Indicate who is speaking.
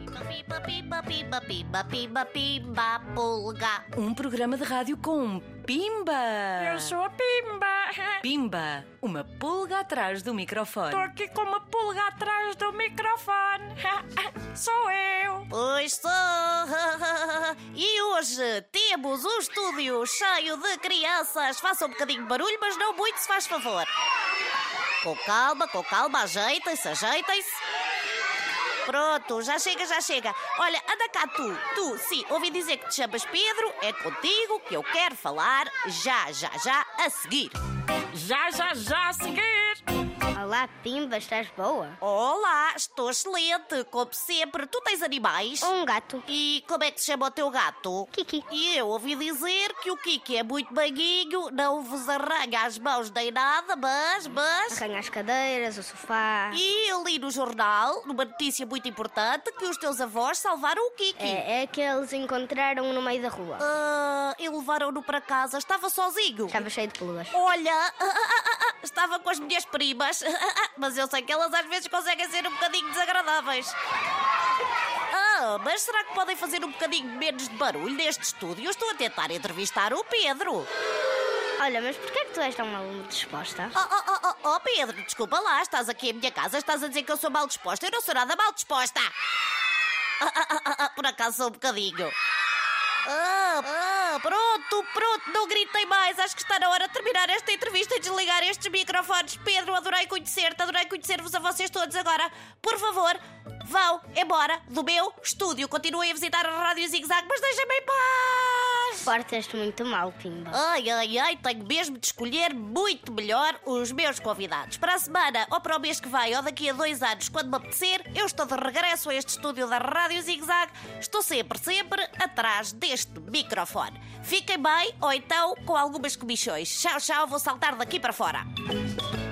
Speaker 1: Piba, piba, piba, piba, piba, piba, pulga.
Speaker 2: Um programa de rádio com um Pimba!
Speaker 3: Eu sou a Pimba.
Speaker 2: Pimba, uma pulga atrás do microfone.
Speaker 3: Tô aqui com uma pulga atrás do microfone. Sou eu.
Speaker 1: Pois sou! E hoje temos um estúdio cheio de crianças. Faça um bocadinho de barulho, mas não muito, se faz favor. Com calma, com calma, ajeitem-se, ajeitem-se. Pronto, já chega, já chega. Olha, anda cá tu, tu, sim, ouvi dizer que te chamas Pedro, é contigo que eu quero falar já, já, já, a seguir.
Speaker 3: Já, já, já a seguir.
Speaker 4: Olá, Pimba, estás boa?
Speaker 1: Olá, estou excelente, como sempre. Tu tens animais?
Speaker 4: Um gato.
Speaker 1: E como é que se chama o teu gato?
Speaker 4: Kiki.
Speaker 1: E eu ouvi dizer que o Kiki é muito maguinho, não vos arranha as mãos nem nada, mas, mas...
Speaker 4: Arranha as cadeiras, o sofá.
Speaker 1: E eu li no jornal, numa notícia muito importante, que os teus avós salvaram o Kiki.
Speaker 4: É, é que eles encontraram no meio da rua.
Speaker 1: Ah, e levaram-no para casa, estava sozinho.
Speaker 4: Estava cheio de peludas.
Speaker 1: Olha, ah, ah, ah, ah, estava com as minhas primas, ah, mas eu sei que elas às vezes conseguem ser um bocadinho desagradáveis. Ah, mas será que podem fazer um bocadinho menos de barulho neste estúdio? Eu estou a tentar entrevistar o Pedro.
Speaker 4: Olha, mas porquê é que tu és tão mal disposta?
Speaker 1: Oh, oh, oh, oh, oh, Pedro, desculpa lá, estás aqui em minha casa, estás a dizer que eu sou mal disposta. Eu não sou nada mal disposta. Ah, ah, ah, ah, por acaso sou um bocadinho. Ah, ah, pronto, pronto, não gritei mais. Acho que está na hora de terminar esta entrevista e desligar estes microfones. Pedro, adorei conhecer-te, adorei conhecer-vos a vocês todos agora. Por favor, vão embora do meu estúdio. Continuem a visitar a Rádio Zig Zag, mas deixem-me em paz.
Speaker 4: Portas-te muito mal, Pimba.
Speaker 1: Ai, ai, ai, tenho mesmo de escolher muito melhor os meus convidados. Para a semana, ou para o mês que vai, ou daqui a dois anos, quando me apetecer, eu estou de regresso a este estúdio da Rádio Zig Zag. Estou sempre, sempre atrás deste microfone. Fiquem bem, ou então com algumas comichões. Tchau, tchau, vou saltar daqui para fora.